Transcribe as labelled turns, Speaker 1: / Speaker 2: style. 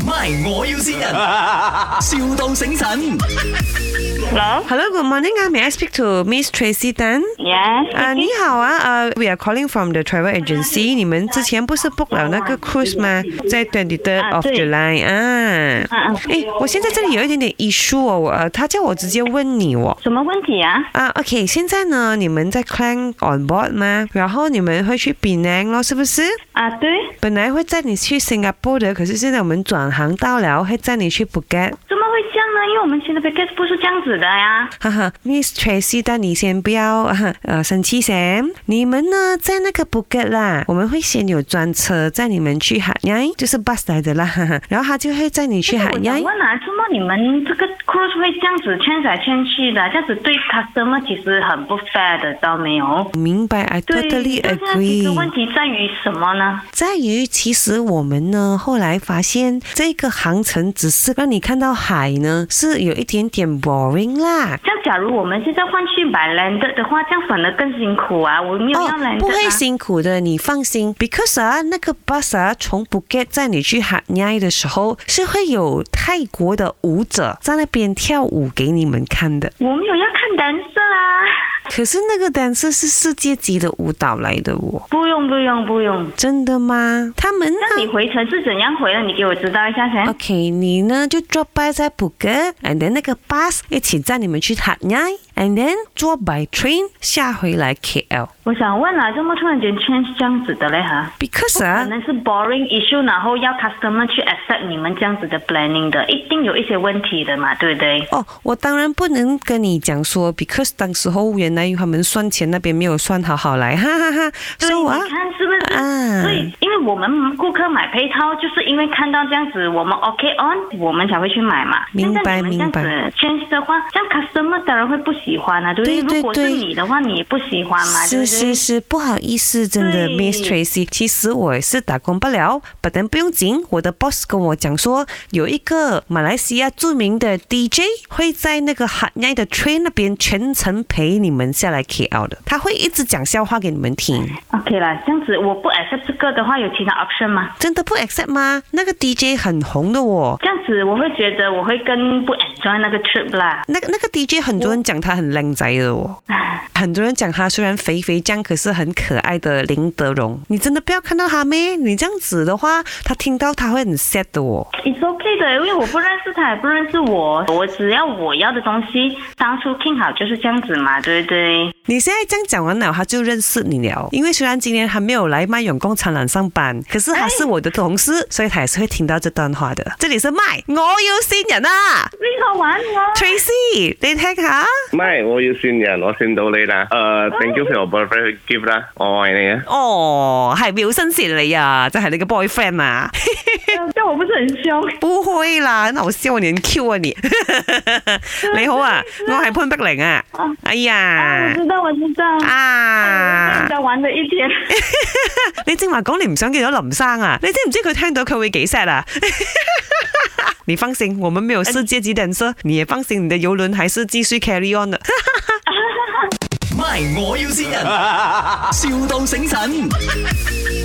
Speaker 1: My，我要先人，, 笑到醒神。
Speaker 2: Hello?
Speaker 3: Hello, good morning. Uh, May I speak to Miss Tracy Tan?
Speaker 2: Yes.
Speaker 3: 啊、你好啊，呃、w e are calling from the travel agency。你们之前不是 book 了那个 cruise 吗？在 twenty third
Speaker 2: 啊
Speaker 3: of
Speaker 2: 对
Speaker 3: July 啊。
Speaker 2: 啊啊
Speaker 3: 诶，我现在这里有一点点 issue 哦，我呃，他叫我直接问你哦。
Speaker 2: 什么问题啊？
Speaker 3: 啊、o k 现在呢，你们在 Klang on board 吗？然后你们会去 Penang 咯，是不是？
Speaker 2: 啊，对，
Speaker 3: 本来会载你去 Singapore 的，可是现在我们转行到了，会载你去 Phuket。
Speaker 2: 怎么会这样呢？因为我们现在 p a c k a g e 不是这样子的呀。
Speaker 3: 哈哈，Miss Tracy，但你先不要啊呃生气先。你们呢，在那个 Bukit 啦，我们会先有专车载你们去海呀，就是 bus 来的啦，哈哈。然后他就会载你去海
Speaker 2: 我
Speaker 3: 呀
Speaker 2: 想。问啊，怎么你们这个 cruise 会这样子牵来牵去的？这样子对 customer 其实很不 fair 的，知道没有？
Speaker 3: 明白，I
Speaker 2: 对，
Speaker 3: totally
Speaker 2: 但是其实问
Speaker 3: agree。
Speaker 2: 题在于什么呢？
Speaker 3: 在于其实我们呢，后来发现这个航程只是让你看到海呢，是有一点点 boring 啦。
Speaker 2: 这样，假如我们现在换去买 land 的话，这样反而更辛苦啊！我没有要 land
Speaker 3: 哦不会辛苦的，你放心。Because 啊，那个 bus 啊，从 Phuket 载你去 h a n a i 的时候，是会有泰国的舞者在那边跳舞给你们看的。
Speaker 2: 我没有要看蓝色啊！
Speaker 3: 可是那个 dancer 是世界级的舞蹈来的哦，
Speaker 2: 不用不用不用，
Speaker 3: 真的吗？他们
Speaker 2: 那你
Speaker 3: 呢？
Speaker 2: 回程是怎样回的？你给我知道一下先。
Speaker 3: OK，你呢就 drop by 在 Phuket，and then 那个 bus 一起载你们去 h a n a i a n d then 坐 by train 下回来 KL。
Speaker 2: 我想问啊，怎么突然间 change 这样子的嘞哈？
Speaker 3: Because
Speaker 2: 可
Speaker 3: 啊，
Speaker 2: 能是 boring issue，然后要 customer 去 accept 你们这样子的 planning 的，一定有一些问题的嘛，对不对？
Speaker 3: 哦，我当然不能跟你讲说，because 当时候原来他们算钱那边没有算好好来， 哈哈哈。所以我
Speaker 2: 你看是不是？
Speaker 3: 啊
Speaker 2: 所以，因为我们顾客买配套，就是因为看到这样子，我们 OK on，我们才会去买嘛。
Speaker 3: 明白
Speaker 2: 现在你们这样子 change 的话，这样 customer 当然会不喜欢啊，对不
Speaker 3: 对对
Speaker 2: 如果是
Speaker 3: 对
Speaker 2: 你的话，你也不喜欢嘛，对
Speaker 3: 是
Speaker 2: 不对？
Speaker 3: 是是，不好意思，真的
Speaker 2: 对
Speaker 3: ，Miss Tracy，其实我也是打工不了，本人不用紧。我的 boss 跟我讲说，有一个马来西亚著名的 DJ 会在那个海奈的 train 那边全程陪你们下来 KL 的，他会一直讲笑话给你们听。
Speaker 2: OK 啦，这样子我不 accept 这个的话，有其他 option 吗？
Speaker 3: 真的不 accept 吗？那个 DJ 很红的哦，
Speaker 2: 这样子我会觉得我会更不 enjoy 那个 trip 啦。
Speaker 3: 那个那个 DJ 很多人讲他很靓仔的哦，很多人讲他虽然肥肥这样，可是很可爱的林德荣。你真的不要看到他咩？你这样子的话，他听到他会很 sad 的哦。
Speaker 2: It's OK 的，因为我不认识他，也不认识我，我只要我要的东西，当初 King 好就是这样子嘛，对不对？
Speaker 3: 你现在这样讲完了，他就认识你了。因为虽然今年还没有来麦永工厂栏上班，可是他是我的同事，所以他也是会听到这段话的。这里是麦，我要新人啊
Speaker 2: 你好玩 哦。
Speaker 3: ，Tracy，你听下。
Speaker 4: 咪，我要算人，我算到你啦。誒、t h a n k you for your boyfriend gift 啦，我愛你啊。
Speaker 3: 哦，系咪好新鲜你啊？即系你嘅 boyfriend 啊？
Speaker 2: 但我不是很凶。
Speaker 3: 不会啦，很好笑，你很 Q 啊你。 你好 啊，我系潘碧玲啊。哎
Speaker 2: 啊，
Speaker 3: 呀
Speaker 2: 我，知道，我知道。
Speaker 3: 啊
Speaker 2: 大，家玩的一天，
Speaker 3: 你正话讲你唔想见到林生啊？你知唔知佢听到佢会几 sad 啊？你放心，我们没有世界级人设，你也放心，你的游轮还是继续 carry on 的。
Speaker 1: My，我要先人，,笑到醒神。